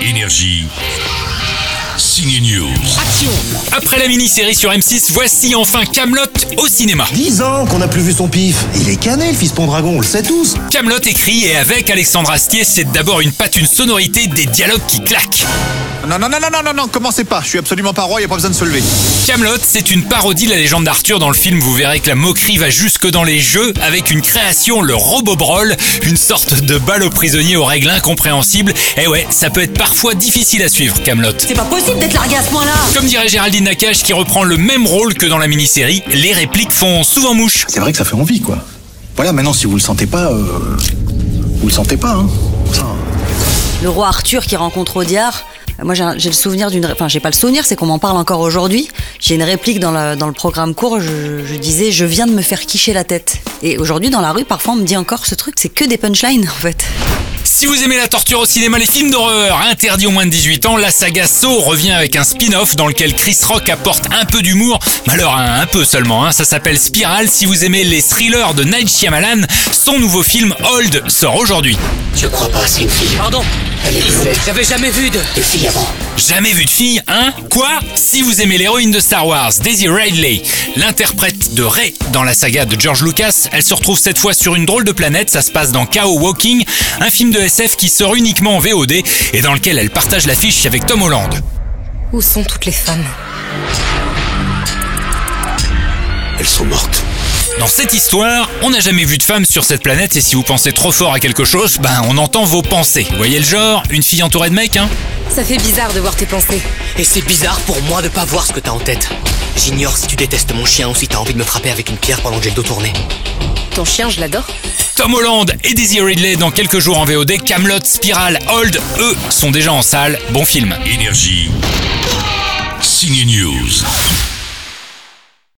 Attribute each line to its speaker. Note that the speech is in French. Speaker 1: Énergie. Signe News.
Speaker 2: Après la mini-série sur M6, voici enfin Camelot au cinéma.
Speaker 3: 10 ans qu'on n'a plus vu son pif. Il est cané, le fils Pendragon, on le sait tous.
Speaker 2: Camelot écrit et avec Alexandre Astier, c'est d'abord une patte, une sonorité, des dialogues qui claquent.
Speaker 4: Non, non, non, non, non, non, non, commencez pas, je suis absolument pas roi, y a pas besoin de se lever.
Speaker 2: Camelot, c'est une parodie de la légende d'Arthur dans le film. Vous verrez que la moquerie va jusque dans les jeux avec une création, le Robobroll, une sorte de balle aux prisonniers aux règles incompréhensibles. Et ouais, ça peut être parfois difficile à suivre, Camelot.
Speaker 5: C'est pas possible d'être largué à ce point-là
Speaker 2: Comme dirait Géraldine Nakache qui reprend le même rôle que dans la mini-série, les répliques font souvent mouche.
Speaker 6: c'est vrai que ça fait envie, quoi. Voilà, maintenant, si vous le sentez pas, euh, vous le sentez pas, hein.
Speaker 5: Le roi Arthur qui rencontre Audiard. euh, Moi, j'ai un- j'ai le souvenir d'une. ré- Enfin, j'ai pas le souvenir, c'est qu'on m'en parle encore aujourd'hui. J'ai une réplique dans, la- dans le programme court. Je, je disais, je viens de me faire quicher la tête. Et aujourd'hui, dans la rue, parfois, on me dit encore ce truc, c'est que des punchlines, en fait.
Speaker 2: Si vous aimez la torture au cinéma, les films d'horreur interdits aux moins de 18 ans, la saga Saw revient avec un spin-off dans lequel Chris Rock apporte un peu d'humour, mais alors un, un peu seulement. hein. Ça s'appelle Spiral. Si vous aimez les thrillers de Night Shyamalan, son nouveau film Old sort aujourd'hui.
Speaker 7: Je crois pas, c'est une fille.
Speaker 8: Pardon
Speaker 7: Elle est plus
Speaker 8: J'avais jamais vu de...
Speaker 7: de fille avant.
Speaker 2: Jamais vu de fille, hein Quoi Si vous aimez l'héroïne de Star Wars, Daisy Ridley, l'interprète de Rey dans la saga de George Lucas, elle se retrouve cette fois sur une drôle de planète, ça se passe dans Chaos Walking, un film de SF qui sort uniquement en VOD et dans lequel elle partage l'affiche avec Tom Holland.
Speaker 5: Où sont toutes les femmes
Speaker 7: Elles sont mortes.
Speaker 2: Dans cette histoire, on n'a jamais vu de femme sur cette planète et si vous pensez trop fort à quelque chose, ben on entend vos pensées. Vous voyez le genre Une fille entourée de mecs, hein
Speaker 5: Ça fait bizarre de voir tes pensées.
Speaker 8: Et c'est bizarre pour moi de pas voir ce que t'as en tête.
Speaker 7: J'ignore si tu détestes mon chien ou si t'as envie de me frapper avec une pierre pendant que j'ai le dos tourné.
Speaker 5: Ton chien, je l'adore.
Speaker 2: Tom Holland et Daisy Ridley dans quelques jours en VOD, Camelot, Spiral, Hold, eux sont déjà en salle. Bon film.
Speaker 1: Énergie. Signe News.